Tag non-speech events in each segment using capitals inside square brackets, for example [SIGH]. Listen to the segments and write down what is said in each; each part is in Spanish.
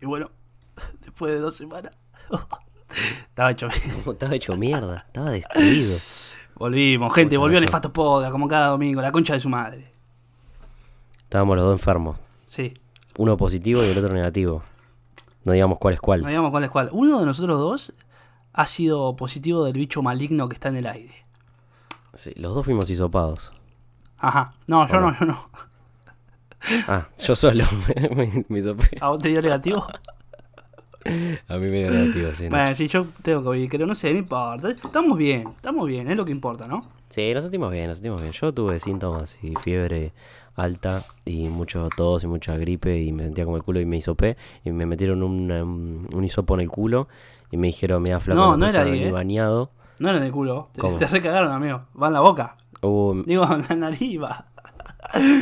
Y bueno, [LAUGHS] después de dos semanas, [LAUGHS] estaba hecho mierda. [LAUGHS] Estaba hecho mierda, estaba destruido. Volvimos, gente, Puta, volvió el macho. Nefasto Poda, como cada domingo, la concha de su madre. Estábamos los dos enfermos. Sí, Uno positivo y el otro negativo. No digamos cuál es no cuál. digamos cuál es cuál. Uno de nosotros dos ha sido positivo del bicho maligno que está en el aire. Sí, los dos fuimos hisopados. Ajá. No, yo Hola. no, yo no. Ah, yo solo [LAUGHS] me, me- me hisopé. ¿A vos te dio [LAUGHS] negativo? A mí me dio negativo, sí. bueno, sí, yo tengo COVID, pero no sé, no importa. Estamos bien, estamos bien, es lo que importa, ¿no? Sí, nos sentimos bien, nos sentimos bien. Yo tuve síntomas y fiebre alta y mucho tos y mucha gripe y me sentía como el culo y me hisopé y me metieron un, um, un hisopo en el culo y me dijeron, mira, flaco, No, me no era pasaron ahí, ni ¿eh? bañado. No era en el culo. Te, ¿Cómo? te recagaron, amigo. Va en la [LAUGHS] boca. Uh, Digo, en la nariz va.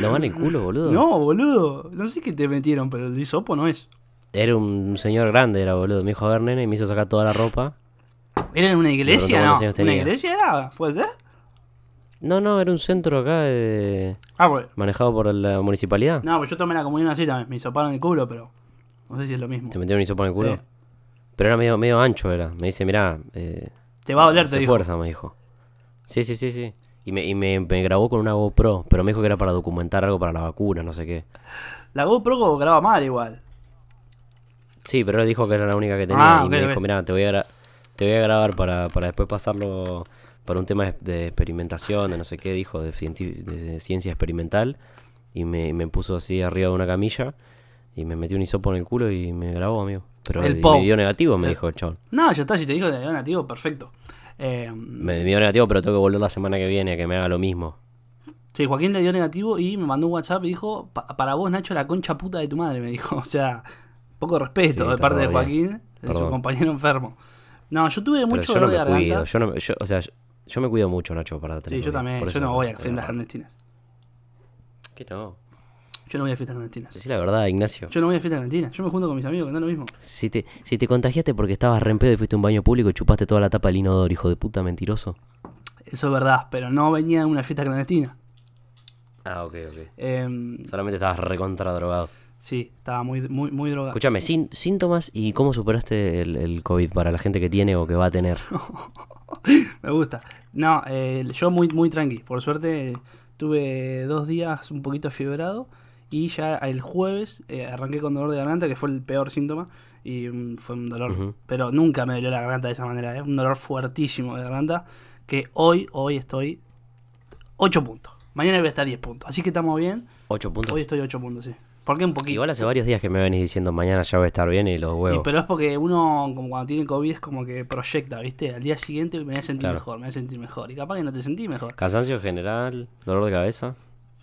¿No van el culo, boludo? No, boludo. No sé qué te metieron, pero el hisopo no es. Era un señor grande, era boludo. Me dijo, a ver, nene, y me hizo sacar toda la ropa. ¿Era en una iglesia? cuántos No. años ¿Una tenía? iglesia era? ¿Puede ser? No, no, era un centro acá eh, Ah, pues. manejado por la municipalidad. No, pues yo tomé la comunión así también. Me hisoparon el culo, pero. No sé si es lo mismo. Te metieron un hisopo en el culo. Sí. Pero era medio, medio ancho, era. Me dice, mirá, eh, Te va a doler, te Se dijo. fuerza, me dijo. Sí, sí, sí, sí. Y me, y me, me grabó con una GoPro, pero me dijo que era para documentar algo para la vacuna, no sé qué. La GoPro como graba mal igual. Sí, pero él dijo que era la única que tenía. Ah, y ok, me ok. dijo, mira, te voy a, gra- te voy a grabar para, para después pasarlo para un tema de, de experimentación, de no sé qué, dijo, de, cienti- de ciencia experimental. Y me, y me puso así arriba de una camilla y me metió un hisopo en el culo y me grabó, amigo. Pero El y Pou. me dio negativo, me dijo, chon. No, ya está, si te dijo que era negativo, perfecto. Eh, Me dio negativo, pero tengo que volver la semana que viene a que me haga lo mismo. Sí, Joaquín le dio negativo y me mandó un WhatsApp y dijo, "Pa- para vos Nacho la concha puta de tu madre, me dijo. [LAUGHS] O sea, poco respeto Sí, de parte de perdón, Joaquín, de su Perdón. compañero enfermo. No, yo tuve Pero mucho yo no dolor de me garganta. cuido, yo no, me- yo, o sea, yo, yo me cuido mucho, Nacho, para tener sí, yo COVID, también, por yo eso no voy a te- fiestas clandestinas. ¿Qué no? Yo no voy a fiestas clandestinas. Decí la verdad, Ignacio. Yo no voy a fiestas clandestinas, yo me junto con mis amigos, que no es lo mismo. Si te, si te contagiaste porque estabas re en pedo y fuiste a un baño público y chupaste toda la tapa del inodoro, hijo de puta mentiroso. Eso es verdad, pero no venía de una fiesta clandestina. Ah, ok, ok. Em, Solamente estabas recontra drogado. sí, estaba muy, muy, muy drogado. Escúchame, sin- síntomas y cómo superaste el, el COVID para la gente que tiene o que va a [LAUGHS] tener. [LAUGHS] Me gusta. No, eh, yo muy, muy tranqui. Por suerte tuve dos días un poquito fiebrado y ya el jueves eh, arranqué con dolor de garganta, que fue el peor síntoma y mm, fue un dolor. Ujú. Pero nunca me dolió la garganta de esa manera, ¿eh? un dolor fuertísimo de garganta que hoy, hoy estoy 8 puntos. Mañana voy a estar 10 puntos. Así que estamos bien. Ocho puntos. Hoy estoy 8 puntos, sí. Porque un poquito. Igual hace varios días que me venís diciendo mañana ya voy a estar bien y los Y huevos. pero es porque uno, como cuando tiene COVID, es como que proyecta, ¿viste? Al día siguiente me voy a sentir Claro. mejor, me voy a sentir mejor. Y capaz que no te sentí mejor. Cansancio general, dolor de cabeza.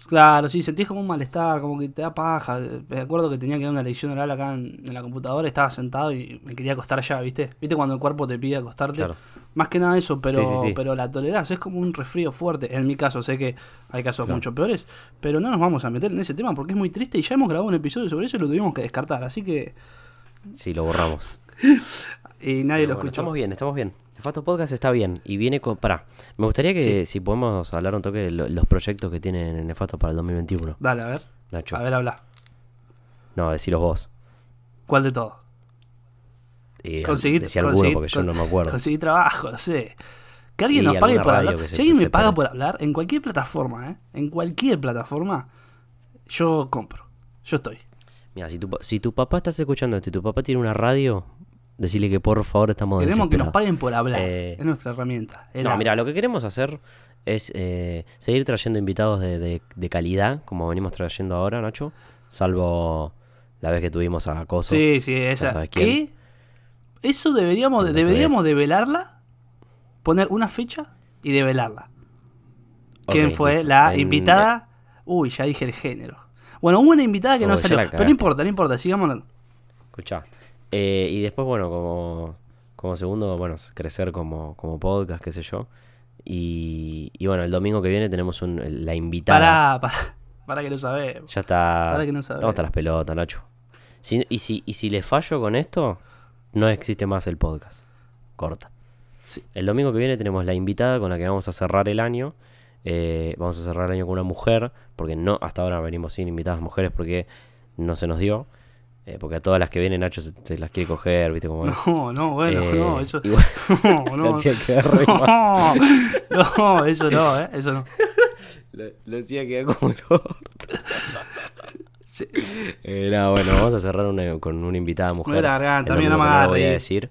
Claro, sí, sentís como un malestar, como que te da paja. Me acuerdo que tenía que dar una lección oral acá en, en la computadora, estaba sentado y me quería acostar ya, ¿viste? ¿Viste cuando el cuerpo te pide acostarte? Claro. Más que nada eso, pero, Sí, sí, sí. pero la tolerancia es como un resfrío fuerte. En mi caso, sé que hay casos mucho peores, pero no nos vamos a meter en ese tema porque es muy triste y ya hemos grabado un episodio sobre eso y lo tuvimos que descartar, así que. Sí, lo borramos. Y nadie Pero lo bueno, escuchó. Estamos bien, estamos bien. El Fato Podcast está bien y viene con. Pará, me gustaría que si podemos hablar un toque de lo- los proyectos que tienen en Nefasto para el 2021. Dale, a ver. Nacho. A ver, habla. No, decilos vos. ¿Cuál de todos? Y conseguí, decí eh, alguno conseguí- porque yo no me con- acuerdo. conseguí trabajo, no sé. Que alguien Y nos pague alguna por radio hablar. que se- Si alguien que me se paga preste. por hablar, en cualquier plataforma, ¿eh? En cualquier plataforma, yo compro. Yo estoy. Mira, si tu, pa- si tu papá estás escuchando esto y tu papá tiene una radio, decirle que por favor estamos Queremos que nos desesperados. paguen por hablar. Eh, es nuestra herramienta. Es No, la- mira, lo que queremos hacer es eh, seguir trayendo invitados de, de- de calidad, como venimos trayendo ahora, Nacho. Salvo la vez que tuvimos a Coso. Sí, sí, esa. sabes ¿Qué? quién. Eso deberíamos, Bueno, deberíamos develarla, poner una fecha y develarla. ¿Quién Ok, fue listo. la En- invitada? Uy, ya dije el género. Bueno, hubo una invitada que no Oh, ya salió. la Pero no cagaste. importa, no importa, sigamos hablando. Escuchá. Eh, y después, bueno, como, como segundo, bueno, s- crecer como, como podcast, qué sé yo. Y, y bueno, el domingo que viene tenemos un- la invitada. Pará, pará, pará que lo sabemos. Ya está. Pará que no sabés. Estamos hasta las pelotas, Nacho. Si- y, si, y si le fallo con esto, no existe más el podcast. Corta. Sí. El domingo que viene tenemos la invitada con la que vamos a cerrar el año. Eh, vamos a cerrar el año con una mujer, porque no hasta ahora venimos sin invitadas mujeres porque no se nos dio. Eh, porque a todas las que vienen Nacho se, se las quiere coger, ¿viste? Como, No, no, bueno, Eh, no, eso. igual- [LAUGHS] No, [LAUGHS] [LAUGHS] no. hacía quedar re No, no, eso no, ¿eh? Eso no. Lo, lo hacía quedar como [LAUGHS] loco. Eh, no, bueno, vamos a cerrar una- con una invitada mujer. Mueve la garganta, Es lo mira, único no me que hagas lo voy a reír. decir.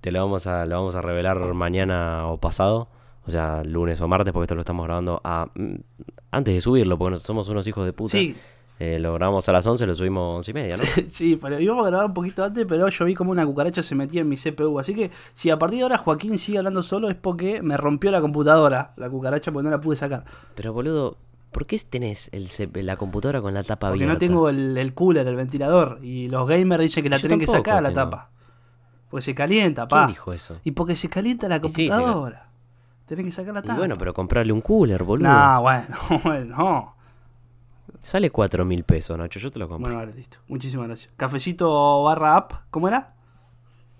Te lo vamos a, lo vamos a revelar mañana o pasado. O sea, lunes o martes, porque esto lo estamos grabando a, mm, antes de subirlo, porque nos- somos unos hijos de puta. Sí, [LAUGHS] Eh, lo grabamos a las 11, lo subimos a 11 y media, ¿no? sí, pero íbamos a grabar un poquito antes, pero yo vi como una cucaracha se metía en mi CPU. Así que si a partir de ahora Joaquín sigue hablando solo es porque me rompió la computadora, la cucaracha, porque no la pude sacar. Pero boludo, ¿por qué tenés el, C- la computadora con la tapa Porque abierta? no tengo el, el cooler, el ventilador. Y los gamers dicen que la Yo tienen que tampoco sacar la tengo. tapa. Porque se calienta, ¿Quién pa. dijo eso? Y porque se calienta la Y sí, se cal- computadora. Tenés que sacar la Y tapa. bueno, pero comprarle un cooler, boludo. No, bueno, [LAUGHS] bueno, no. Sale 4 mil pesos, Nacho, yo te lo compro. Bueno, vale, listo. Muchísimas gracias. Cafecito barra app, ¿cómo era?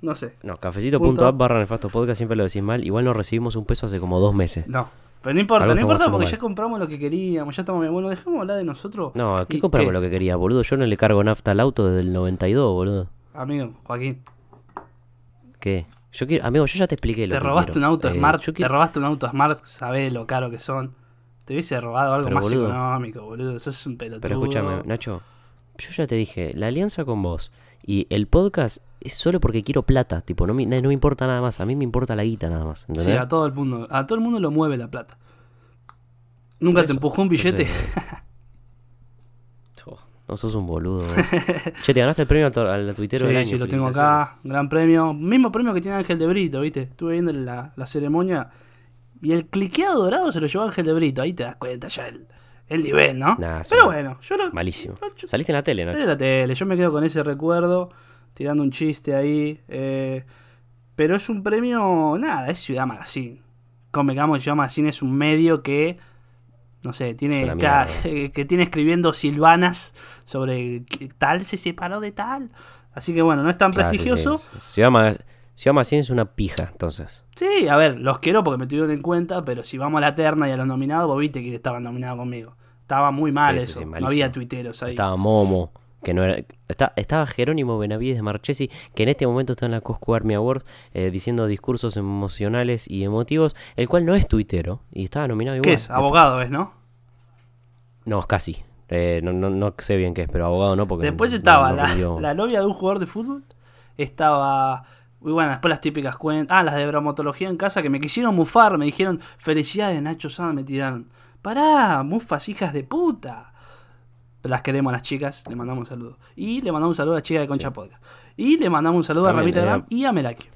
No sé. No, cafecito.app Punto. barra nefasto podcast, siempre lo decís mal. Igual no recibimos un peso hace como dos meses. No. Pero no importa, Algo no estamos importa haciendo porque mal. ya compramos lo que queríamos, ya estamos bien. Bueno, dejemos hablar de nosotros. No, ¿qué ¿Y compramos lo que querías, boludo? Yo no le cargo nafta al auto desde el 92, boludo. Amigo, Joaquín, ¿Qué? Yo quiero, amigo, yo ya te expliqué lo te que robaste quiero. un auto Eh, Smart, yo te quiero- robaste un auto Smart, sabés lo caro que son. Te hubiese robado algo Pero, más boludo. económico, boludo. Eso es un pelotudo. Pero escúchame, Nacho, yo ya te dije, la alianza con vos y el podcast es solo porque quiero plata, tipo, no me, no me importa nada más, a mí me importa la guita nada más, Sí, ¿entendés? a todo el mundo, a todo el mundo lo mueve la plata. Nunca Por te eso, empujó un billete. Oh, no sos un boludo. vos. [LAUGHS] che, te ganaste el premio al to- al tuitero del Sí, año. sí, lo tengo felicitaciones. acá. Gran premio. Mismo premio que tiene Ángel de Brito, ¿viste? Estuve viendo la, la ceremonia. Y el cliqueado dorado se lo llevó Ángel de Brito. Ahí te das cuenta ya el, el nivel, ¿no? Nah, sí. Pero bueno, yo lo. Malísimo. Nacho. Saliste en la tele, Nacho. Sale la tele. Yo me quedo con ese recuerdo. Tirando un chiste ahí. eh, pero es un premio. Nada, es Ciudad Magazine. Convengamos, Ciudad Magazine es un medio que. No sé, Es tiene. una claro, mierda. [LAUGHS] que, tiene escribiendo silvanas sobre que tal se separó de tal. Así que bueno, no es tan Claro, sí, sí. prestigioso. Ciudad, Ma- Ciudad Magazine es una pija, entonces. Sí, a ver, los quiero porque me tuvieron en cuenta, pero si vamos a la terna y a los nominados, vos viste que estaban nominados conmigo. Estaba muy mal Sí, sí, eso. sí, no malísimo. había tuiteros ahí. Estaba Momo, que no era... está- estaba Jerónimo Benavides de Marchesi, que en este momento está en la Coscu Army Awards eh, diciendo discursos emocionales y emotivos, el cual no es tuitero, y estaba nominado igual. ¿Qué es? Abogado es, ¿no? No, casi. Eh, no, no, no sé bien qué es, pero abogado no, porque... Después no- estaba no la, rindió. la novia de un jugador de fútbol. Estaba. Muy bueno, después las típicas cuentas. Ah, las de bromatología en casa que me quisieron mufar. Me dijeron, felicidades Nacho San, me tiraron. Pará, mufas hijas de puta. Las queremos a las chicas, le mandamos un saludo. Y le mandamos un saludo a la chica de Concha Podcast. Y le mandamos un saludo También, a Ramita eh, Gram y a Meraquio.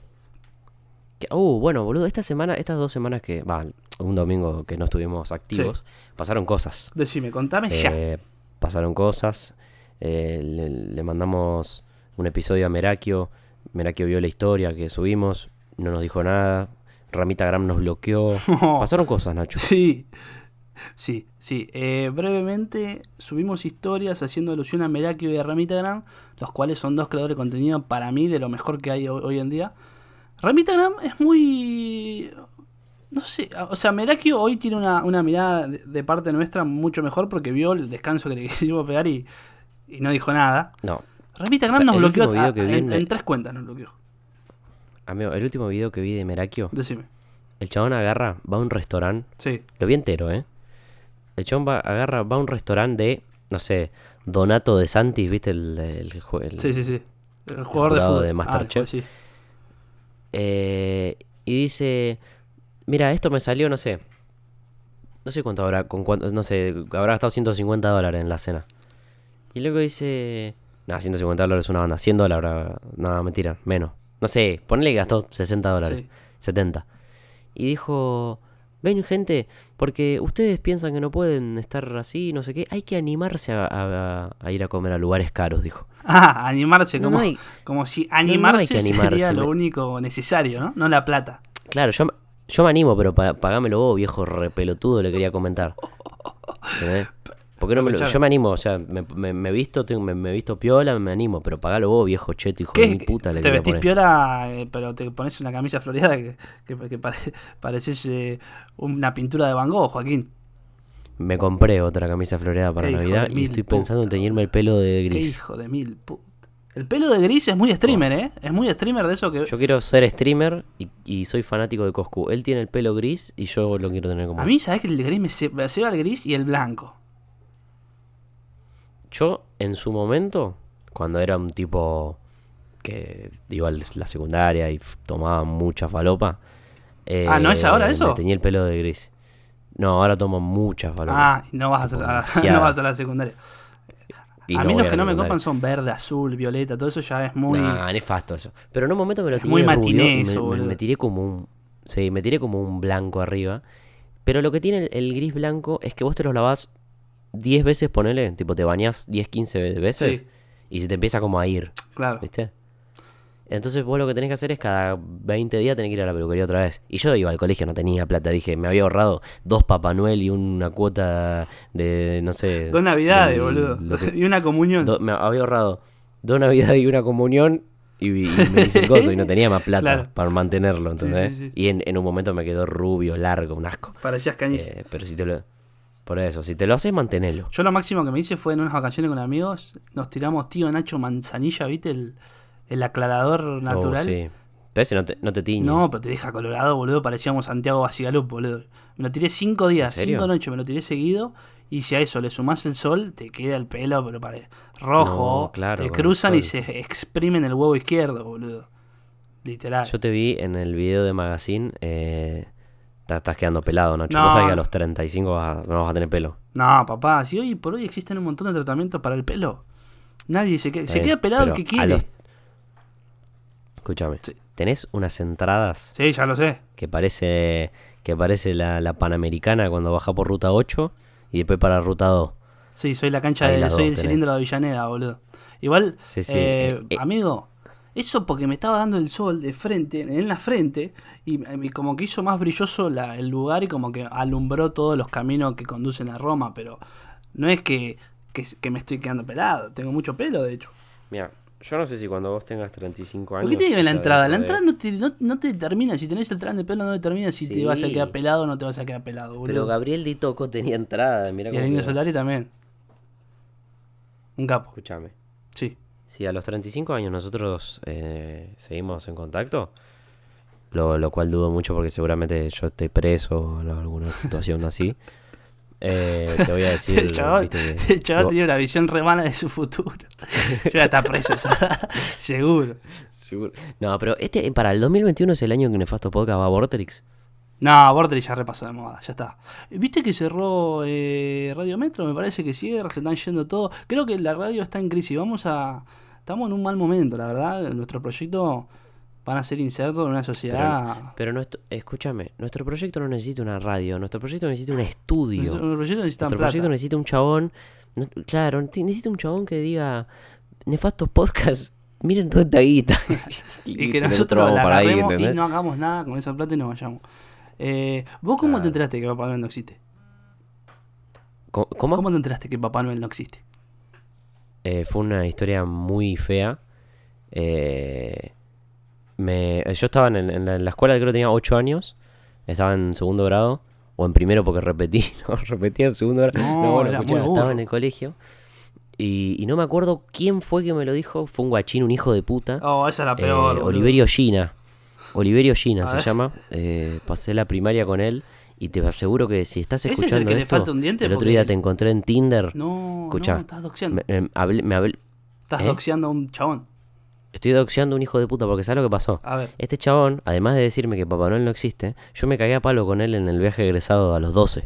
Que- Uh, bueno, boludo, esta semana, estas dos semanas que... Va, un domingo que no estuvimos activos, pasaron cosas. Decime, contame ya. Eh, pasaron cosas. eh, le, le mandamos un episodio a Merakio. Merakio vio la historia que subimos. No nos dijo nada. Ramita Gram nos bloqueó. [LAUGHS] Pasaron cosas, Nacho. Sí, sí, sí. Eh, brevemente subimos historias haciendo alusión a Merakio y a Ramita Gram, los cuales son dos creadores de contenido para mí de lo mejor que hay ho- hoy en día. Ramita Gram es muy... No sé, a- o sea, Merakio hoy tiene una, una mirada de, de parte nuestra mucho mejor porque vio el descanso que le [LAUGHS] quisimos pegar y, y no dijo nada. No. Ramita O Gram sea, nos el bloqueó último a- video que vi en, en- en tres cuentas, nos bloqueó. Amigo, el último video que vi de Merakio, Decime. el chabón agarra, va a un restaurante. Sí. Lo vi entero, ¿eh? El chabón va, agarra, va a un restaurante de, no sé, Donato de Santis, ¿viste? El, el, jue- el- Sí, sí, sí. El jugador de jurado fútbol. de Ah, el Masterchef. juez, sí. Eh, y dice, mira, esto me salió, no sé, no sé cuánto habrá, con cuánto, no sé, habrá gastado 150 dólares en la cena. Y luego dice, nada, 150 dólares es una banda, 100 dólares, habrá- no, mentira, menos. No sé, ponele que gastó 60 dólares, Sí. 70. Y dijo, ven gente, porque ustedes piensan que no pueden estar así, no sé qué, hay que animarse a, a- a ir a comer a lugares caros, dijo. Ah, animarse, No, como, no hay- como si hay animarse, que sería animarse, lo me- único necesario, ¿no? No la plata. Claro, yo, yo me animo, pero pa- pagámelo vos, viejo repelotudo, le quería comentar. ¿Entendés? Porque no me lo- yo me animo, o sea, me, me- me visto, tengo- me, me visto piola, me animo, pero pagalo vos, viejo cheto, hijo de ¿Qué? mi puta, le te quería vestís poner. piola, eh, pero te pones una camisa [LAUGHS] floreada que, que, que pare- pareces eh, una pintura de Van Gogh, Joaquín. Me compré otra camisa floreada para Qué hijo Navidad de y mil estoy pensando en putas, teñirme el pelo de Qué gris. hijo de mil puta. El pelo de gris es muy streamer, ¿eh? Es muy streamer de eso que. Yo quiero ser streamer y, y soy fanático de Coscu. Él tiene el pelo gris y yo lo quiero tener como. A él. mí, ¿sabes que el gris me se- me ceba el gris y el blanco? Yo, en su momento, cuando era un tipo que iba a la secundaria y f- tomaba mucha falopa. Ah, ¿no es ahora eh, eso? Me teñí el pelo de gris. No, ahora tomo mucha falopa. Ah, no vas a hacer, Tipo, ah, demasiada. no vas a la [LAUGHS] secundaria. Y a no mí voy los a que la no me secundaria. copan son verde, azul, violeta, todo eso ya es muy. Nah, nefasto eso. Pero en un momento me lo Es tiré muy rubio matiné y me- eso, me, boludo. me tiré como un... Sí, me tiré como un blanco arriba. Pero lo que tiene el, el gris blanco es que vos te los lavás 10 veces, ponele. Tipo, te bañás 10, 15 ve- veces. Sí. Y se te empieza como a ir, Claro. ¿viste? Entonces vos lo que tenés que hacer es cada 20 días tenés que ir a la peluquería otra vez. Y yo iba al colegio, no tenía plata. Dije, me había ahorrado dos Papá Noel y una cuota de, no sé... Dos navidades, del- boludo. lo [LAUGHS] que- y una comunión. Do- me había ahorrado dos navidades y una comunión y, y me hice el coso y no tenía más plata Claro. para mantenerlo, Sí, ¿entendés? sí, sí. Y en, en un momento me quedó rubio, largo, un asco. Parecías cañizo. Eh, pero si te lo... Por eso, si te lo haces, mantenelo. Yo lo máximo que me hice fue en unas vacaciones con amigos. Nos tiramos tío Nacho Manzanilla, ¿viste? El, el aclarador natural. Oh, sí. Pero ese no te, no te tiñe. No, pero te deja colorado, boludo. Parecíamos Santiago Basigalup, boludo. Me lo tiré cinco días, ¿En serio? cinco noches, me lo tiré seguido. Y si a eso le sumás el sol, te queda el pelo, pero pare... rojo. No, claro, te con el cruzan y sol. se exprimen el huevo izquierdo, boludo. Literal. Yo te vi en el video de Magazine. eh, ta- estás quedando pelado, Nacho. No. Vos sabés que a los 35 vas a- no vas a tener pelo. No, papá, si hoy por hoy existen un montón de tratamientos para el pelo. Nadie se queda, se Eh, queda pelado el pero que a quiere. los- Escúchame. Sí. ¿Tenés unas entradas Sí, ya lo sé. que parece que parece la, la Panamericana cuando baja por ruta 8 y después para ruta 2. Sí, soy la cancha Ahí de, las soy dos el tenés. cilindro de Avellaneda, boludo. Igual, Sí, sí, eh, eh, eh. amigo, eso porque me estaba dando el sol de frente, en la frente, y, y como que hizo más brilloso la- el lugar y como que alumbró todos los caminos que conducen a Roma, pero no es que, que, que me estoy quedando pelado, tengo mucho pelo, de hecho. Mira, yo no sé si cuando vos tengas 35 ¿Por qué te deben la entrada? La entrada no te, no, no te determina, si tenés el tran de pelo no determina si te Sí. vas a quedar pelado o no te vas a quedar pelado, Pero boludo. Gabriel Di Toco tenía entrada, mira y el Indio Solari también. Un capo, Escúchame. sí. Si a los 35 años nosotros eh, seguimos en contacto, lo, lo cual dudo mucho porque seguramente yo esté preso o en alguna situación así. eh, te voy a decir. El chaval, viste, que- el chaval lo- tenía una visión re mala de su futuro. [LAUGHS] Yo ya está [LAUGHS] preso, o sea, [LAUGHS] seguro. seguro. No, pero este para el 2021 es el año que Nefasto Podcast va a Vorterix. No, Bortoli ya repasó de moda, ya está. ¿Viste que cerró eh, Radio Metro? Me parece que cierra, se están yendo todo. Creo que la radio está en crisis. Vamos a. Estamos en un mal momento, la verdad. Nuestro proyecto van a ser insertos en una sociedad. Pero nuestro- escúchame, nuestro proyecto no necesita una radio, nuestro proyecto necesita un estudio. Nuestro Nuestro nuestro proyecto necesita plata. proyecto necesita un chabón. no- claro, ti- necesita un chabón que diga nefastos podcasts. Miren toda [LAUGHS] esta guita. y que te lo nosotros trabamos la para ahí, agarremos y ¿entendés? no hagamos nada con esa plata y nos vayamos. Eh, ¿Vos cómo te Claro. enteraste que Papá Noel no existe? Co- ¿Cómo? ¿Cómo te enteraste que Papá Noel no existe? Eh, fue una historia muy fea. Eh, me- yo estaba en, en la, en la escuela, creo que tenía 8 años. Estaba en segundo grado. O en primero porque repetí. [LAUGHS] No, repetí en segundo grado. No, era escuchá, muy burro. estaba en el colegio. Y, y no me acuerdo quién fue que me lo dijo. Fue un guachín, un hijo de puta. Oh, esa es la Eh, peor. boludo. Oliverio Gina. Oliverio Gina A se ver. llama. Eh, pasé la primaria con él. Y te aseguro que si estás ¿Ese es el escuchando que le esto, falta un diente? el otro Porque- día te encontré en Tinder. No, Escuchá. no, estás doxeando. Me- em, hablé- me hablé- Estás ¿Eh? doxeando a un chabón. Estoy doxeando un hijo de puta porque ¿sabes lo que pasó? A ver. Este chabón, además de decirme que Papá Noel no existe, yo me cagué a palo con él en el viaje egresado a los 12.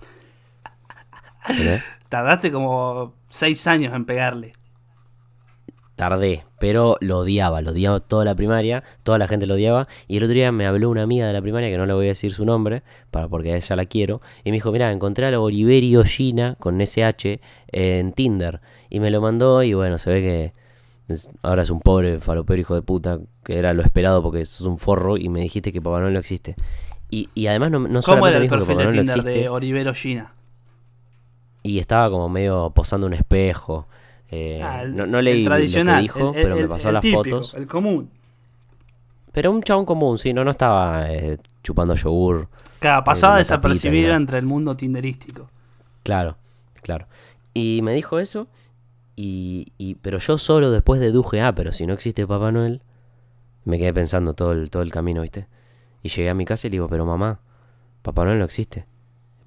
¿Entendés? Tardaste como seis años en pegarle. Tardé, pero lo odiaba, lo odiaba toda la primaria, toda la gente lo odiaba. Y el otro día me habló una amiga de la primaria, que no le voy a decir su nombre, para porque a ella la quiero, y me dijo, mira, encontré a Oliverio Gina con SH en Tinder. Y me lo mandó y bueno, se ve que es- ahora es un pobre falopero hijo de puta, que era lo esperado porque sos un forro y me dijiste que Papá Noel no existe. Y, y además no, no ¿Cómo solamente era me el dijo que perfil Papá de Noel no Tinder existe, de Olivero Gina? y estaba como medio posando un espejo. Eh, Ah, el- no, no el leí lo que tradicional, dijo, el- pero el- me pasó el las típico, fotos. El común. Pero un chabón común, sí, no, no estaba eh, chupando yogur. Claro, pasaba una tapita, eh, desapercibido mira. entre el mundo tinderístico. Claro, claro. Y me dijo eso, y, y- pero yo solo después deduje, ah, pero si no existe Papá Noel, me quedé pensando todo el, todo el camino, ¿viste? Y llegué a mi casa y le digo, pero mamá, Papá Noel no existe.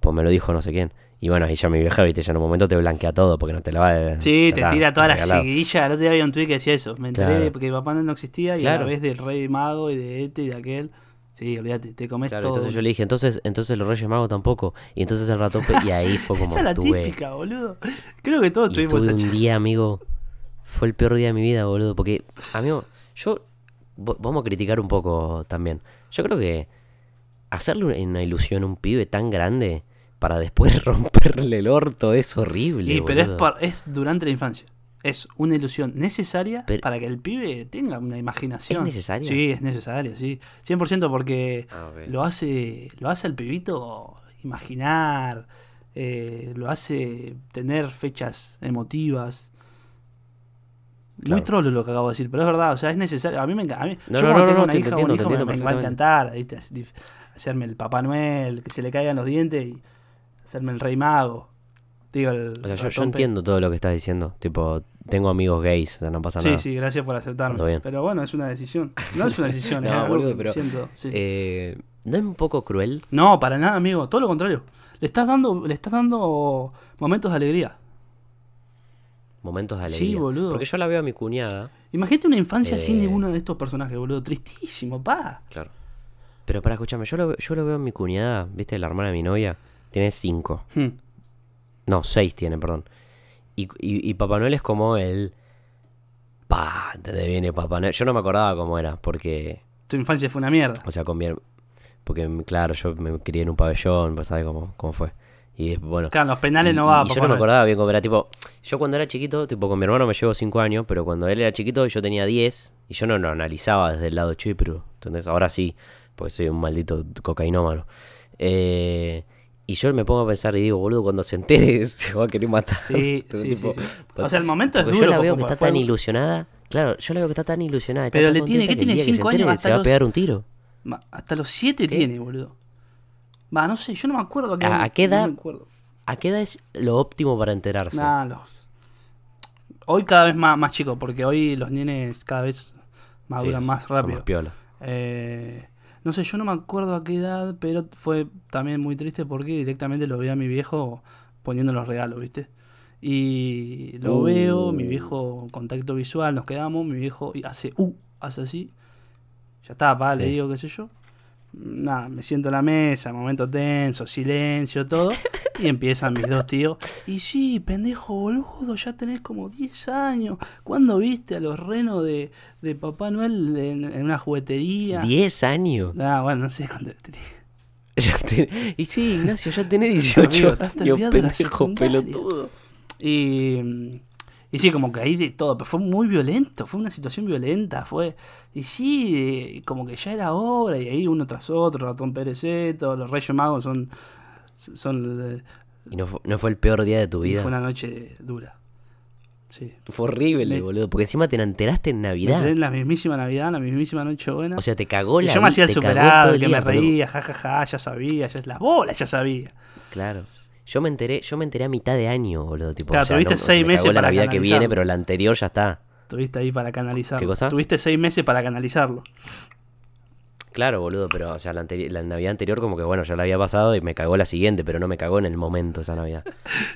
Pues me lo dijo no sé quién. Y bueno, y ya mi vieja, viste, ya en un momento te blanquea todo porque no te la va a... Sí, ya te está, tira toda la regalado. seguidilla. El otro día había un tweet que decía eso. Me enteré Claro. de que Papá Noel no existía y a Claro. la vez del Rey Mago y de este y de aquel. Sí, olvídate, te comes Claro, todo. entonces yo le dije, entonces, entonces los Reyes Magos tampoco. Y entonces el ratón, pe- y ahí fue [LAUGHS] como Esa es la estuve- típica, boludo. Creo que todos [LAUGHS] Y tuvimos estuve esa un día, amigo. Fue el peor día de mi vida, boludo. Porque, amigo, yo. vo- Vamos a criticar un poco también. Yo creo que hacerle una- una ilusión a un pibe tan grande para después [LAUGHS] romperle el orto es horrible. Y, pero es, boludo. por- es durante la infancia. Es una ilusión necesaria Pero- para que el pibe tenga una imaginación. ¿Es necesaria? Sí, es necesaria, sí. 100% porque Ah, ok. lo hace lo hace al pibito imaginar, eh, lo hace tener fechas emotivas. Muy Claro. trolo lo que acabo de decir, pero es verdad, o sea, es necesario. A mí me encanta. a mí- No, yo no, cuando no, tengo no, una te hija o entiendo, un te hijo entiendo me, me va a perfectamente. encantar, ¿viste? Así, dif- Hacerme el Papá Noel, que se le caigan los dientes y hacerme el Rey Mago. Digo, el O sea, yo, yo ratón pe- entiendo todo lo que estás diciendo. Tipo, tengo amigos gays, o sea, no pasa Sí, nada. sí, gracias por Todo aceptarme. bien. Pero bueno, es una decisión. No es una [LAUGHS] decisión, es No, algo boludo, que pero, siento, sí. Eh, ¿No es un poco cruel? No, para nada, amigo. Todo lo contrario. Le estás dando, le estás dando momentos de alegría. Momentos de Sí, alegría. boludo. Porque yo la veo a mi cuñada. Imagínate una infancia Eh. sin ninguno de estos personajes, boludo. Tristísimo, pa. Claro. Pero para escucharme, yo lo, ve- yo lo veo en mi cuñada, ¿viste? La hermana de mi novia. Tiene cinco. Hmm. No, seis tiene, perdón. Y, y- y Papá Noel es como el. Pa, ¿entendés? Viene Papá Noel. Yo no me acordaba cómo era, porque. Tu infancia fue una mierda. O sea, con mi her- Porque, claro, yo me crié en un pabellón, pues sabes cómo, cómo fue. Y después, bueno. Claro, los penales Y- no va y Papá yo no me Noel. acordaba bien cómo era. Tipo, yo cuando era chiquito, tipo, con mi hermano me llevo 5 años, pero cuando él era chiquito yo tenía 10 y yo no lo analizaba desde el lado che, pero, ¿entendés? Ahora sí, porque soy un maldito cocainómano. Eh, y yo me pongo a pensar y digo, boludo, cuando se entere [LAUGHS] se va a querer matar. [LAUGHS] Sí, Entonces, sí, tipo, sí, sí. pues- O sea, el momento es [LAUGHS] porque duro. yo la veo que Coco, está fue- tan ilusionada. Claro, yo la veo que está tan ilusionada. está Pero tan le tiene- contenta ¿qué tiene? el día que se Cinco años entere hasta Se va a los- pegar un tiro. Ma- Hasta los 7 tiene, boludo. Va, no sé, yo no me acuerdo. ¿A- año- a qué edad? No me acuerdo. ¿A qué edad es lo óptimo para enterarse? Nah, los... Hoy cada vez más, más chico, porque hoy los nenes cada vez Sí, maduran más son rápido. piola. Eh, no sé, yo no me acuerdo a qué edad, pero fue también muy triste porque directamente lo vi a mi viejo poniendo los regalos, ¿viste? Y lo Uh. veo, mi viejo contacto visual, nos quedamos, mi viejo y hace, uh, hace así. Ya está, pa, le Sí. digo, qué sé yo. Nada, me siento en la mesa, momento tenso, silencio, todo. Y empiezan mis dos tíos. Y sí, pendejo boludo, ya tenés como 10 años. ¿Cuándo viste a los renos de, de Papá Noel en, en una juguetería? 10 años. Ah, bueno, no sé cuándo tenía. [LAUGHS] Ya te- Y sí, Ignacio, ya tenés 18 Amigo, estás años, terminando la pendejo secundaria. pelotudo. Y, mm, y sí, como que ahí de todo, pero fue muy violento, fue una situación violenta, fue... Y sí, eh, como que ya era hora, y ahí uno tras otro, Ratón Pérez, todos los Reyes Magos son... son eh, Y no fue, no fue el peor día de tu y vida. fue Fue, una noche dura. Sí. horrible, Me- boludo. Porque encima te enteraste en Me Navidad. enteré en la mismísima Navidad, en la mismísima Nochebuena. O sea, te cagó y la yo me vi- hacía el te cagó superado, todo que el día, me boludo. reía, jajaja, ya sabía, ya las bolas, ya sabía. Claro. Yo me enteré, yo me enteré a mitad de año, boludo. Tipo, Claro, o sea, tuviste no- o sea, seis me meses cagó la para Navidad que canalizarlo. viene, pero la anterior ya está. Tuviste ahí para canalizarlo. ¿Qué cosa? Tuviste seis meses para canalizarlo. [LAUGHS] Claro, boludo, pero o sea, la, anteri- la Navidad anterior como que bueno, ya la había pasado y me cagó la siguiente, pero no me cagó en el momento [LAUGHS] esa Navidad.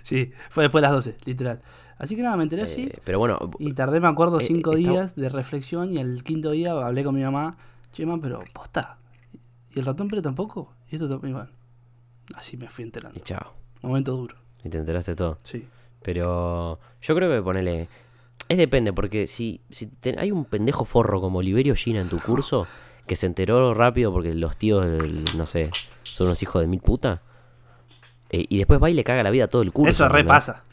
Sí, fue después de las 12, literal. Así que nada, me enteré así. Eh, pero bueno, Y tardé, me acuerdo, eh, cinco está- días de reflexión. Y al quinto día hablé con mi mamá. Che, mamá, pero posta. ¿Y el ratón pero tampoco? Y esto tampoco. Y bueno, así me fui y enterando. chao. Momento duro, Y te enteraste todo. sí. Pero yo creo que ponele. Es depende, porque si, si te- hay un pendejo forro como Liberio Gina en tu curso que se enteró rápido porque los tíos, el- no sé, son unos hijos de mil puta. eh, y después va y le caga la vida a todo el curso. Eso ¿entendés? repasa.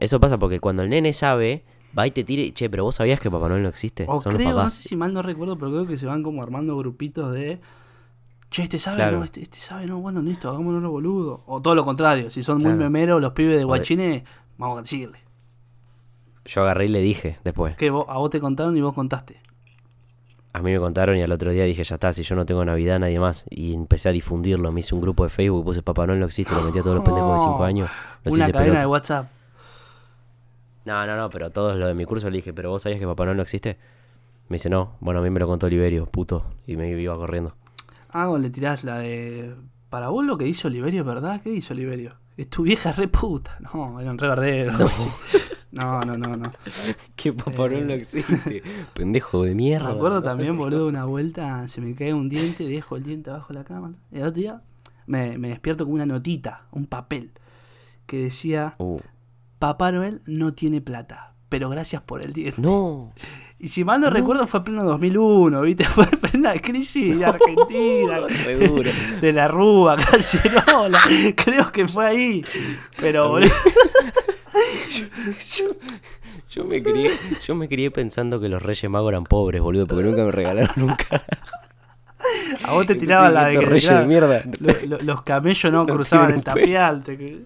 Eso pasa porque cuando el nene sabe, va y te tira y che, pero vos sabías que Papá Noel no existe. O son Oh, creo, los no papás. sé si mal no recuerdo, pero creo que se van como armando grupitos de. Che, este sabe, Claro. no, este, este sabe, no, bueno, listo, hagámonos los boludos. O todo lo contrario, si son muy Claro. memeros los pibes de O de- guachines, vamos a decirle. Yo agarré y le dije después. Que vos- a vos te contaron y vos contaste. a mí me contaron y al otro día dije, ya está, si yo no tengo Navidad, nadie más. Y empecé a difundirlo. Me hice un grupo de Facebook, puse Papá Noel no existe, lo metí a todos los pendejos de 5 años. Los Oh, Una hice cadena pelota. de WhatsApp. No, no, no, pero todos los de mi curso le dije, pero vos sabías que Papá Noel no existe. Me dice, no, bueno, a mí me lo contó Oliverio, puto. Y me [LAUGHS] iba corriendo. Ah, vos le tirás la de. Para vos lo que hizo Oliverio, es ¿verdad? ¿Qué hizo Oliverio? Es tu vieja re puta. [LAUGHS] No, era un re bardero. [LAUGHS] No, no, no, no. que Papá Noel no existe. [LAUGHS] Pendejo de [LAUGHS] mierda. Me acuerdo también, boludo, una vuelta, se me cae un diente, dejo el diente abajo de la cama. Y al otro día me, me despierto con una notita, un papel, que decía, Uh, Papá Noel no tiene plata, pero gracias por el diente. [LAUGHS] no. Y si mal no, recuerdo fue pleno 2001, ¿viste? [LAUGHS] Fue plena crisis de Argentina, Seguro. de la Rúa, [LAUGHS] Cacerola, creo que fue ahí. Pero, boludo, Yo, [LAUGHS] yo me crié, yo me crié pensando que los Reyes Magos eran pobres, boludo, porque nunca [LAUGHS] me regalaron nunca. a [LAUGHS] vos te tiraban la de que Reyes claro, de mierda. [LAUGHS] lo- lo- los camellos no, [LAUGHS] No cruzaban tienen el un tapial. peso. te-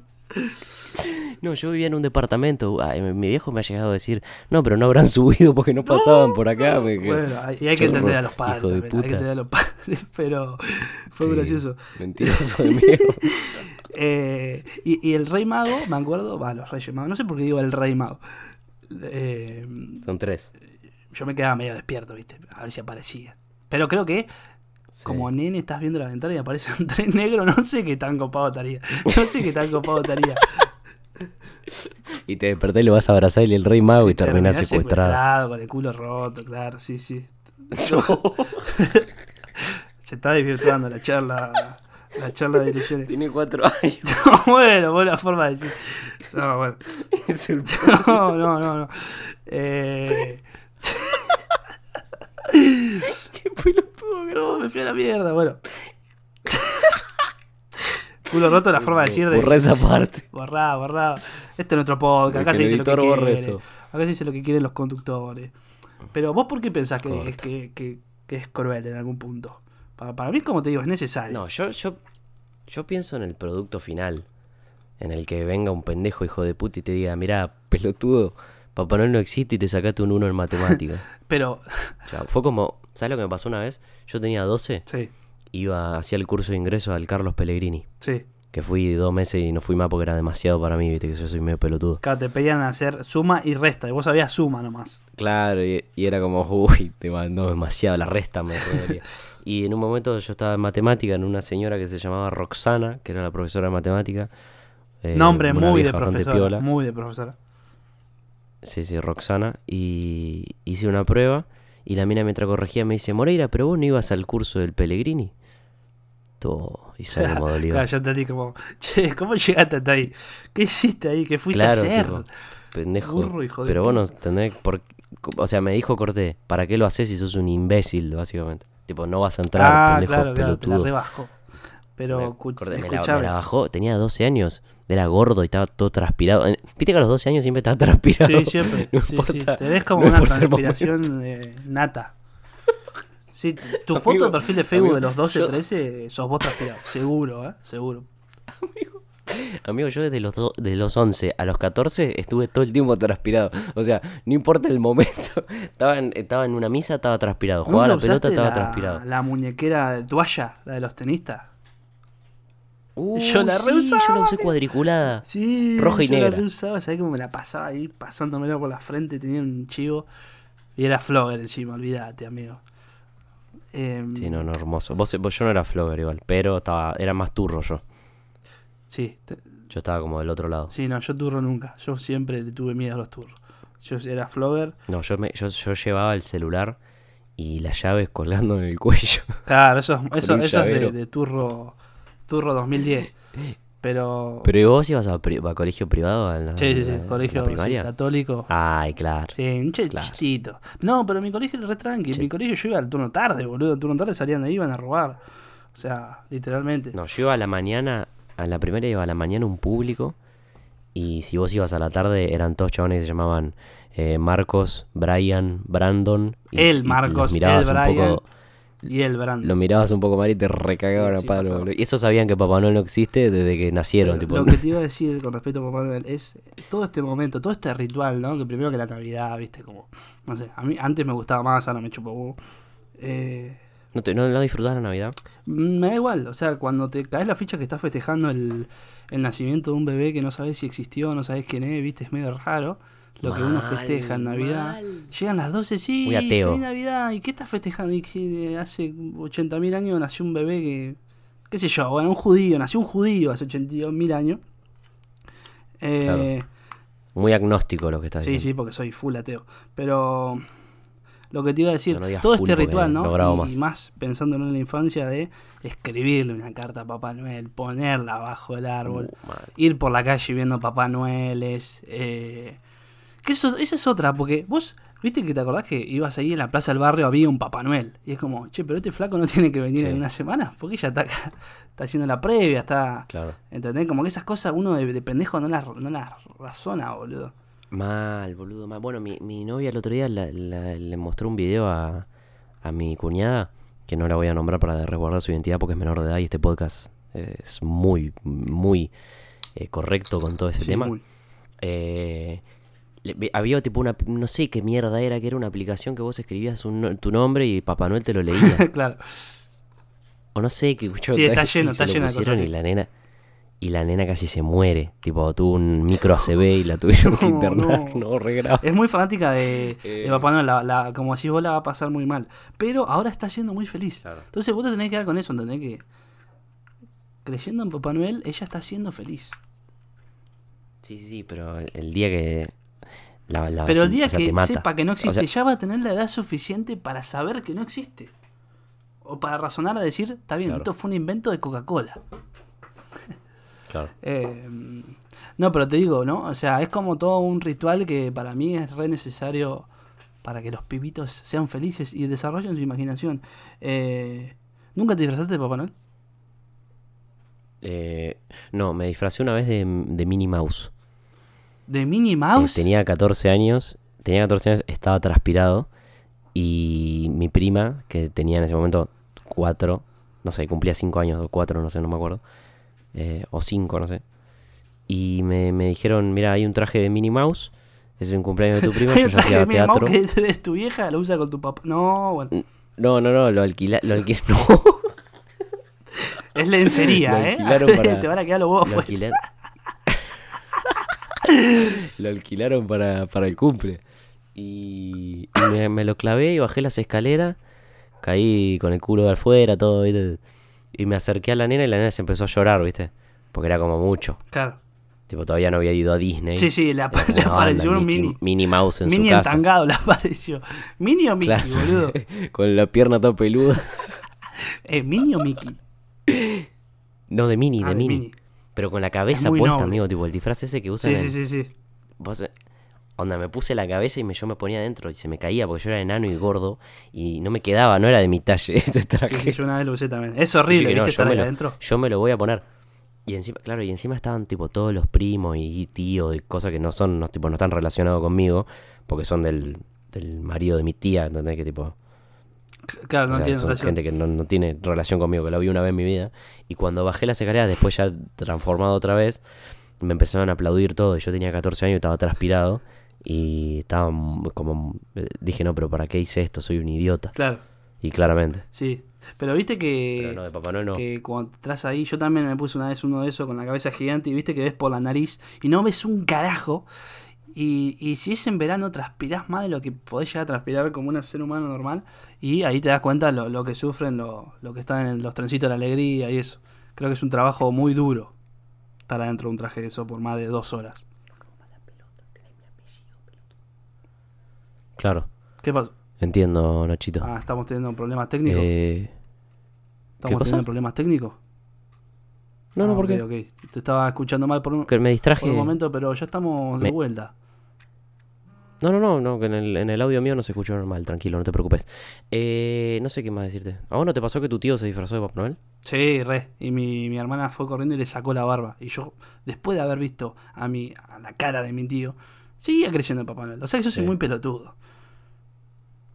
No, yo vivía en un departamento. Ay, mi viejo me ha llegado a decir, no, pero no habrán [LAUGHS] subido porque no pasaban por acá. me dije. Bueno, hay- y hay que Chorro, entender a los padres hijo de también, hay que puta. entender a los [LAUGHS] padres, pero fue Sí, gracioso. Mentiroso [LAUGHS] de mierda. Eh, y, y el rey mago, me acuerdo, va, los reyes magos, no sé por qué digo el rey mago. Eh, Son tres. yo me quedaba medio despierto, viste, a ver si aparecía. Pero creo que Sí. como nene estás viendo la ventana y aparecen tres negros, no sé qué tan copado estaría. No sé qué tan copado [LAUGHS] estaría. Y te desperté, lo vas a abrazar y el rey mago y terminás secuestrado. Con el culo roto, claro, sí, sí. [LAUGHS] Se está divirtiendo la charla, la charla de ilusiones. Tiene cuatro [LAUGHS] años. [LAUGHS] bueno, buena forma de decir. No, [LAUGHS] bueno. Es el No, no, no, no. Eh, [LAUGHS] pelotudo. no, me fui a la mierda, bueno. [LAUGHS] Culo roto la forma de decir de. Borra esa parte. Borrá, borrá. Este es nuestro podcast. Acá Que se dice el lo que editor borre quiere. eso. Acá se dice lo que quieren los conductores. Pero vos por qué pensás que, Corta. es, que, que- que es cruel en algún punto? Para, para mí es como te digo, es necesario. No, yo, yo, yo pienso en el producto final. En el que venga un pendejo hijo de puta y te diga, mirá, pelotudo, Papá Noel no existe y te sacaste un uno en [LAUGHS] matemáticas. Pero, Chao. Fue como, ¿sabes lo que me pasó una vez? Yo tenía 12, sí, iba hacia el curso de ingreso al Carlos Pellegrini, sí. que fui dos meses y no fui más porque era demasiado para mí, viste que yo soy medio pelotudo. Claro, te pedían hacer suma y resta. Y vos sabías suma nomás. Claro, y, y era como, uy, te mandó demasiado, la resta me jodería. Y en un momento yo estaba en matemática en una señora que se llamaba Roxana, que era la profesora de matemática. eh, Nombre una muy de vieja bastante profesora. piola. Muy de profesora. Sí, sí, Roxana. Y hice una prueba. Y la mina mientras corregía me dice, Moreira, pero vos no ibas al curso del Pellegrini. Todo. Y [LAUGHS] salgo como dolido. Claro, yo entendí como, [LAUGHS] che, ¿cómo llegaste hasta ahí? ¿Qué hiciste ahí? ¿Qué fuiste a Claro, hacer? tipo, pendejo. Burro, hijo de pero vos no tenés por- O sea, me dijo Corté, ¿para qué lo haces si sos un imbécil, básicamente? Tipo, no vas a entrar, ah, pendejo claro, claro, te la pelotudo. rebajó. Pero, Me escu- acordé, me, la- me la, escuchame. bajó, tenía 12 años, era gordo y estaba todo transpirado. Eh, Viste que a los 12 años siempre estaba [LAUGHS] transpirado. Sí, siempre. [LAUGHS] No sí, sí. importa, Tenés como no una importa el transpiración eh, nata. Sí, t- tu foto [LAUGHS] Amigo, de perfil de Facebook amigo, de los 12, yo- 13, sos vos transpirado. Seguro, ¿eh? Seguro. Amigo, yo desde los, do- de los 11 a los 14 estuve todo el tiempo transpirado. O sea, no importa el momento. [LAUGHS] Estaba en, estaba en una misa, estaba transpirado. Jugaba ¿Nunca la usaste pelota, estaba la, transpirado. la muñequera de toalla, la de los tenistas? Uh, Yo la sí, reusaba, Yo la usé amigo. cuadriculada. Sí, Roja y yo la negra. reusaba, ¿sabés cómo me la pasaba ahí pasándomela por la frente? Tenía un chivo. Y era flogger encima, olvídate, amigo. Em, Sí, no, no, hermoso. Vos, vos- yo no era flogger igual, pero estaba, era más turro yo. sí, te- Yo estaba como del otro lado. sí, no, yo turro nunca. Yo siempre le tuve miedo a los turros. Yo era flogger. No, yo, me, yo, yo llevaba el celular y las llaves colgando en el [LAUGHS] cuello. Claro, eso, es- eso, un eso es de, llavero. de turro, turro 2010. Pero. Pero ¿y vos ibas a, pri- a colegio privado? En la, sí, sí, sí, en la- en colegio la sí, primaria? católico. Ay, claro. Sí, un ch- Claro. chistito. No, pero mi colegio era re tranqui. Sí. Mi colegio yo iba al turno tarde, boludo. Al turno tarde salían de ahí, iban a robar. O sea, literalmente. No, yo iba a la mañana, a la primera iba a la mañana un público y si vos ibas a la tarde eran todos chabones que se llamaban eh, Marcos, Brian, Brandon. y- El y Marcos, los mirabas el un Brian. poco, Y el brand. lo mirabas un poco mal y te recagaban Sí, a sí, palo. pasaba. boludo. Y eso sabían que Papá Noel no existe desde que nacieron. tipo, Lo que te iba a decir con respecto a Papá Noel es todo este momento, todo este ritual, ¿no? Que primero que la Navidad, viste, como, no sé, a mí antes me gustaba más, ahora me chupo huevo. Eh, ¿No, te, no, no disfrutás la Navidad? mm, me da igual, o sea, cuando te caes la ficha que estás festejando el, el nacimiento de un bebé que no sabes si existió, no sabes quién es, viste, es medio raro lo que uno Mal, festeja en Navidad. mal. Llegan las 12, sí, Muy ateo. feliz Navidad, ¿y qué estás festejando? Y que eh, hace 80.000 años nació un bebé que, qué sé yo, bueno, un judío, nació un judío hace 82.000 años. Eh, Muy agnóstico lo que estás Sí, diciendo. sí, porque soy full ateo. Pero lo que te iba a decir, No, no digas todo full este porque ritual, ¿no? no grabo y, más. y más pensándolo en la infancia de escribirle una carta a Papá Noel, ponerla bajo el árbol, Uh, madre. ir por la calle viendo Papá Noel, es... eh, que eso, esa es otra, porque vos, viste que te acordás que ibas ahí en la plaza del barrio, había un Papá Noel. Y es como, che, pero este flaco no tiene que venir Sí. en una semana, porque ya está, acá, está haciendo la previa, está... Claro. ¿Entendés? Como que esas cosas uno de, de pendejo no las, no las razona, boludo. [LAUGHS] Mal, boludo, mal. Bueno, mi, mi novia el otro día la- la- le mostró un video a, a mi cuñada, que no la voy a nombrar para resguardar su identidad porque es menor de edad y este podcast eh, es muy, muy eh, correcto con todo ese Sí, tema. muy. Eh, le- vi- había tipo una, no sé qué mierda era, que era una aplicación que vos escribías un no- tu nombre y Papá Noel te lo leía. [LAUGHS] claro. O no sé, que yo- Sí, está [LAUGHS] y lleno, se está lo lleno de pusieron cosas y así. la nena y la nena casi se muere, tipo tuvo un micro ACV y [LAUGHS] la tuvieron que No, no. internar, [LAUGHS] no, re grave. Es muy fanática de, [LAUGHS] Eh. de Papá Noel, la, la- como decís vos, la va a pasar muy mal. Pero ahora está siendo muy feliz. Claro. Entonces vos te tenés que dar con eso, ¿entendés? Que creyendo en Papá Noel, ella está siendo feliz. Sí, sí, sí, pero el día que la, la- Pero el día Ah, o sea, te que mata. sepa que no existe, O sea, ya va a tener la edad suficiente para saber que no existe. O para razonar a decir, está bien, Claro. esto fue un invento de Coca-Cola. claro. Eh, no, pero te digo, ¿no? O sea, es como todo un ritual que para mí es re necesario para que los pibitos sean felices y desarrollen su imaginación. Eh, ¿Nunca te disfrazaste de Papá Noel? Eh, no, me disfracé una vez de, de Minnie Mouse. ¿De Minnie Eh, Mouse? [LAUGHS] tenía 14 años, tenía 14 años, estaba transpirado y mi prima, que tenía en ese momento 4, no sé, cumplía 5 años o 4, no sé, no me acuerdo, eh, o 5, no sé. Y me, me dijeron, mira, hay un traje de Minnie Mouse, es un cumpleaños de tu prima, [LAUGHS] Hay yo un ya traje de hacía Minnie teatro. Mouse que es tu vieja, lo usa con tu papá. No, bueno. No, no, no, lo alquilé, lo alquilé, [LAUGHS] no. Es lencería, [LAUGHS] Lo ¿eh? [LAUGHS] alquilaron para- Te van a quedar los huevos Lo, afuera. alquilar- [LAUGHS] Lo alquilaron para, para el cumple. Y, y me, me lo clavé y bajé las escaleras. Caí con el culo de afuera, todo, ¿viste? Y me acerqué a la nena y la nena se empezó a llorar, ¿viste? Porque era como mucho. Claro. Tipo, todavía no había ido a Disney. Sí, sí, le, ap- Era como, le "Ah, apareció anda, un Mickey- Minnie. Minnie Mouse en Minnie su casa. entangado le apareció. ¿Minnie o Mickey, [LAUGHS] Claro. [LAUGHS] boludo? con la pierna [LAUGHS] toda peluda. Eh, ¿Minnie o Mickey? No, de Minnie, Ah, de de Minnie. Minnie. Pero con la cabeza muy puesta, noble. amigo. Tipo, el disfraz ese que usan Sí, en- sí, sí, sí. Vos, eh, onda, me puse la cabeza y me, yo me ponía adentro y se me caía porque yo era enano y gordo y no me quedaba, no era de mi talle [LAUGHS] ese traje. Sí, sí, yo una vez lo usé también. Es Yo dije, horrible, "No, ¿viste? yo, Estar me ahí lo, adentro. yo me lo voy a poner. Y encima, claro, y encima estaban tipo todos los primos y tíos y cosas que no son, no, tipo, no están relacionados conmigo porque son del, del marido de mi tía, ¿entendés? Que tipo, Claro, o no sea, tiene son relación. gente que no, no tiene relación conmigo, que la vi una vez en mi vida. Y cuando bajé las escaleras, después ya transformado otra vez, me empezaron a aplaudir todo. Yo tenía 14 años y estaba transpirado. Y estaba m- como... eh, Dije, no, pero ¿para qué hice esto? Soy un idiota. Claro, Y claramente. sí. Pero viste que, Pero no, de Papá Noel no. Eh, que cuando entras ahí, yo también me puse una vez uno de esos con la cabeza gigante y viste que ves por la nariz y no ves un carajo. Y, y si es en verano, transpirás más de lo que podés llegar a transpirar como un ser humano normal. Y ahí te das cuenta lo, lo que sufren, lo, lo que están en los trencitos de la alegría y eso. Creo que es un trabajo muy duro estar adentro de un traje de eso por más de dos horas. Claro. ¿Qué pasó? Entiendo, Nachito. Ah, estamos teniendo problemas técnicos. Eh, estamos cosa? teniendo problemas técnicos. no, no, Ah, ¿por qué? ok, ok. Te estaba escuchando mal por un, Que me distraje. por un momento, pero ya estamos de Me- vuelta. No, no, no, no, que en el, en el audio mío no se escuchó normal, tranquilo, no te preocupes. Eh, no sé qué más decirte. ¿A vos no te pasó que tu tío se disfrazó de Papá Noel? Sí, re. Y mi, mi hermana fue corriendo y le sacó la barba. Y yo, después de haber visto a mi, a la cara de mi tío, seguía creyendo en Papá Noel. O sea que yo soy Sí. muy pelotudo.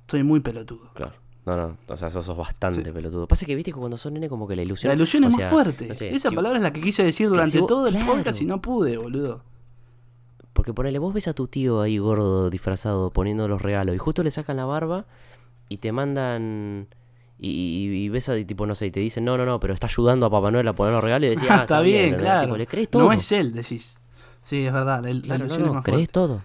Soy muy pelotudo. Claro. No, no, o sea, sos, sos bastante pelotudo. Pasa que viste que cuando son nene como que la ilusión. La ilusión o es sea, muy fuerte. no sé, Esa si- palabra es la que quise decir si durante vos- todo el claro. podcast y no pude, boludo. Porque ponele, vos ves a tu tío ahí gordo, disfrazado, poniendo los regalos, y justo le sacan la barba y te mandan. Y, y- y ves a, tipo, no sé, y te dicen, no, no, no, pero está ayudando a Papá Noel a poner los [LAUGHS] regalos y decís, ah, está, bien, claro. Tipo, ¿Le crees todo? no es él, decís. Sí, es verdad, el- la Claro, no, ilusión no, es más ¿Crees fuerte. todo?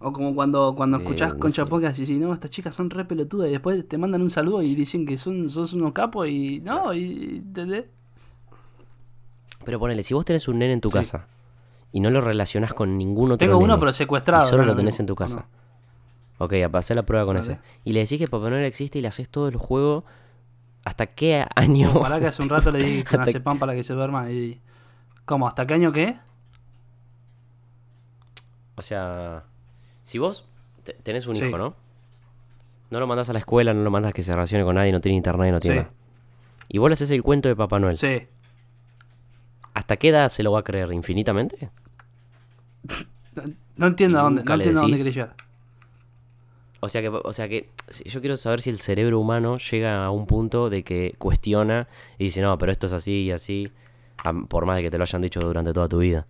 O como cuando, cuando Eh, escuchás no Concha sé. Podcast y decís, no, estas chicas son re pelotudas y después te mandan un saludo y dicen que son, sos unos capos y no, y... ¿entendés? Pero ponele, si vos tenés un nene en tu Sí. casa y no lo relacionás con ningún otro Tengo uno nene, pero secuestrado. Y solo no lo lo tenés mismo, en tu ¿o casa. no? Ok, a pasar la prueba con Dale. ese. Y le decís que Papá Noel existe y le haces todo el juego. ¿Hasta qué año? Ojalá que hace [LAUGHS] un rato le di Hasta- con pan para que se duerma y... ¿Cómo? ¿Hasta qué año qué? O sea, si vos te- tenés un Sí. hijo, ¿no? No lo mandás a la escuela, no lo mandás que se relacione con nadie, no tiene internet, no tiene Sí. nada. Y vos le haces el cuento de Papá Noel. Sí. ¿Hasta qué edad se lo va a creer? ¿Infinitamente? No entiendo a dónde, Nunca no le entiendo a dónde decís. querés llegar. O sea que, o sea que si- yo quiero saber si el cerebro humano llega a un punto de que cuestiona y dice, no, pero esto es así y así, am- por más de que te lo hayan dicho durante toda tu vida.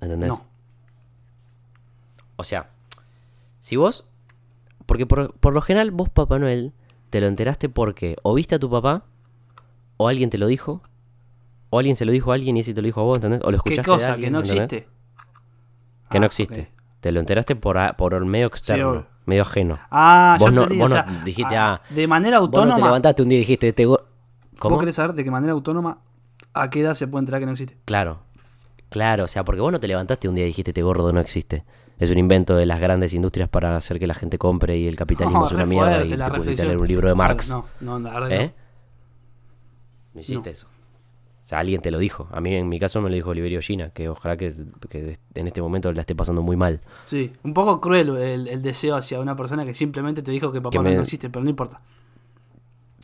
¿Entendés? No. O sea, si vos... Porque por, por lo general vos, Papá Noel, te lo enteraste porque o viste a tu papá, o alguien te lo dijo, o alguien se lo dijo a alguien y ese te lo dijo a vos, ¿entendés? O lo ¿Qué escuchaste de cosa? ¿Que alguien, no ¿entendés? existe? Que no Ah, existe. ok. Te lo enteraste por, a- por el medio externo, obvio. medio ajeno. Ah, Vos ya no- entendí, vos o no sea, dijiste, ah, ah, de manera Vos no te autónoma. levantaste un día y dijiste, este go- ¿Cómo? ¿Vos querés saber de qué manera autónoma a qué edad se puede enterar que no existe? Claro. Claro, o sea, porque vos no te levantaste un día y dijiste, este gordo no existe. Es un invento de las grandes industrias para hacer que la gente compre y el [LAUGHS] capitalismo No, es re una mierda fuerte y la te pusiste a reflexión. leer un libro de Marx. No, no, la verdad que ¿Eh? No hiciste No. eso. O sea, alguien te lo dijo. A mí, en mi caso, me lo dijo Oliverio Gina, que ojalá que, que en este momento la esté pasando muy mal. no. Sí, un poco cruel el, el deseo hacia una persona que simplemente te dijo que papá Que Noel me- no existe, pero no importa.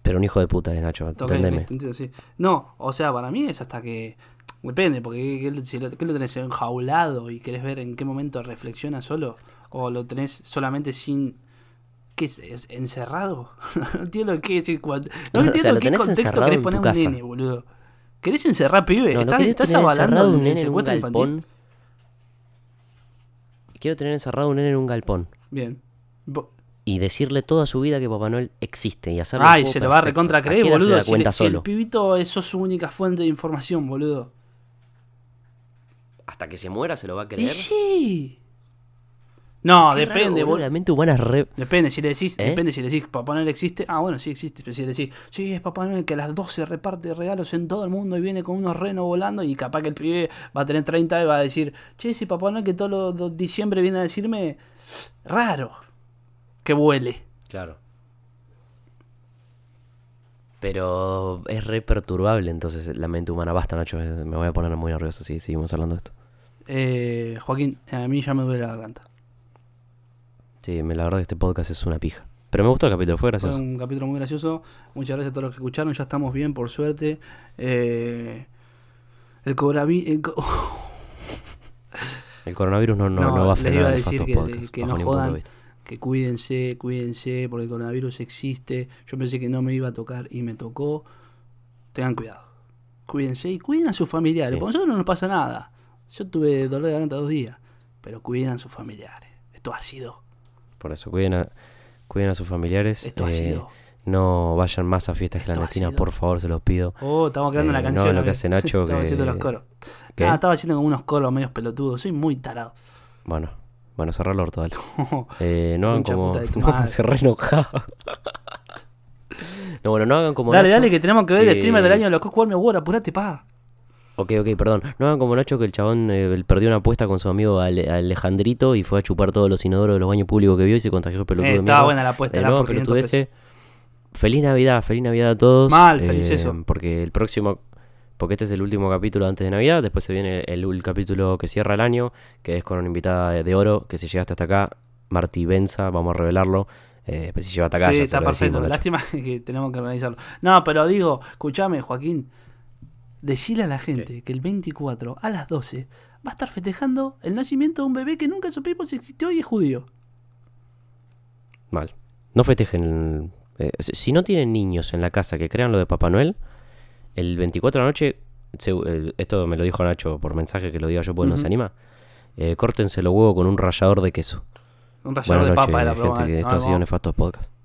Pero un hijo de puta es Nacho, Ok, entendeme. te entiendo, sí. No, o sea, para mí es hasta que. Depende, porque ¿qué- qué- si lo, qué lo tenés enjaulado y querés ver en qué momento reflexiona solo? ¿O lo tenés solamente sin. ¿Qué es? es ¿Encerrado? [LAUGHS] no entiendo qué decir. cuando- No, No, [LAUGHS] o sea, entiendo lo qué tenés contexto encerrado querés en poner tu un casa. nene, boludo. ¿Querés encerrar pibe? No, no ¿Estás, quería estás tener avalando encerrado un el nene en un secuestro infantil? galpón. Quiero tener encerrado un nene en un galpón Bien. Bo- y decirle toda su vida que Papá Noel existe y hacerle. Ay, el juego se lo va a perfecto. recontra ¿A creer, qué edad se boludo. da Si, le- cuenta si el solo? pibito es sos su única fuente de información, boludo. Hasta que se muera se lo va a Y creer. sí. No, Qué raro, depende, boludo, boludo. La mente humana es re. Depende si le decís, ¿Eh? depende si le decís Papá Noel existe. Ah, bueno, sí existe. Pero si le decís, sí, es Papá Noel que a las 12 reparte regalos en todo el mundo y viene con unos renos volando y capaz que el pibe va a tener 30 y va a decir, che, si Papá Noel que todos los los diciembre viene a decirme, raro que vuele. Claro. Pero es re perturbable entonces la mente humana. Basta, Nacho, eh, me voy a poner muy nervioso si seguimos hablando de esto. Eh, Joaquín, a mí ya me duele la garganta. Sí, me- la verdad que este podcast es una pija. Pero me gustó el capítulo, fue gracioso. Fue un capítulo muy gracioso. Muchas gracias a todos los que escucharon. Ya estamos bien, por suerte. Eh, el cobravi... el co- [LAUGHS] El coronavirus no, no, No, no va a le frenar iba a el decir Fastos que- Podcast. que bajo no ningún punto de jodan. vista. que cuídense, cuídense, porque el coronavirus existe. Yo pensé que no me iba a tocar y me tocó. Tengan cuidado. Cuídense y cuiden a sus familiares. Sí. Porque a nosotros no nos pasa nada. Yo tuve dolor de garganta dos días, pero cuiden a sus familiares. Esto ha sido. Por eso, cuiden a, cuiden a sus familiares. Esto ha eh, sido. No vayan más a fiestas Esto ha clandestinas, sido. por favor, se los pido. Oh, estamos creando eh, una no, canción. lo que ¿no? hace Nacho, estaba que- haciendo los coros. ¿Qué? Ah, estaba haciendo como unos coros medios pelotudos. Soy muy [LAUGHS] tarado. Bueno, bueno, cerrar el orto, dale. Eh, no hagan Concha como. puta de tu [LAUGHS] No, madre. se re enojaba. no, bueno, no hagan como. dale, Nacho- dale, que tenemos que ver el que- streamer del año de los Cosco Warme Award. Apurate, pa. Ok, ok, perdón. No hagan como Nacho que el chabón eh, él perdió una apuesta con su amigo Ale- Alejandrito y fue a chupar todos los inodoros de los baños públicos que vio y se contagió el pelotudo. Eh, de estaba mierda. buena la apuesta, De era nuevo, por 500 pesos. pelotudeces. Feliz Navidad, feliz Navidad a todos. Eh, Mal, feliz eso. Porque el próximo. Porque este es el último capítulo antes de Navidad. Después se viene el, el capítulo que cierra el año, que es con una invitada de, de oro. Que si llegaste hasta acá, Marti Benza, vamos a revelarlo. Eh, después si lleva hasta acá, sí, ya se está lo decimos, perfecto. Nacho. Lástima [LAUGHS] que tenemos que organizarlo. No, pero digo, escúchame, Joaquín. Decile a la gente que el 24 a las 12 va a estar festejando el nacimiento de un bebé que nunca supimos si existió y es judío. Mal. No festejen. eh, si- si no tienen niños en la casa que crean lo de Papá Noel, el 24 de la noche, se- eh, esto me lo dijo Nacho por mensaje que lo diga yo porque no Ujú. se anima, eh, córtense los huevos con un rallador de ¿eh? queso. Un rallador de Buenas ¿eh? noches, papa era, pero gente. bueno, que esto ha algo- sido Nefastos Podcast.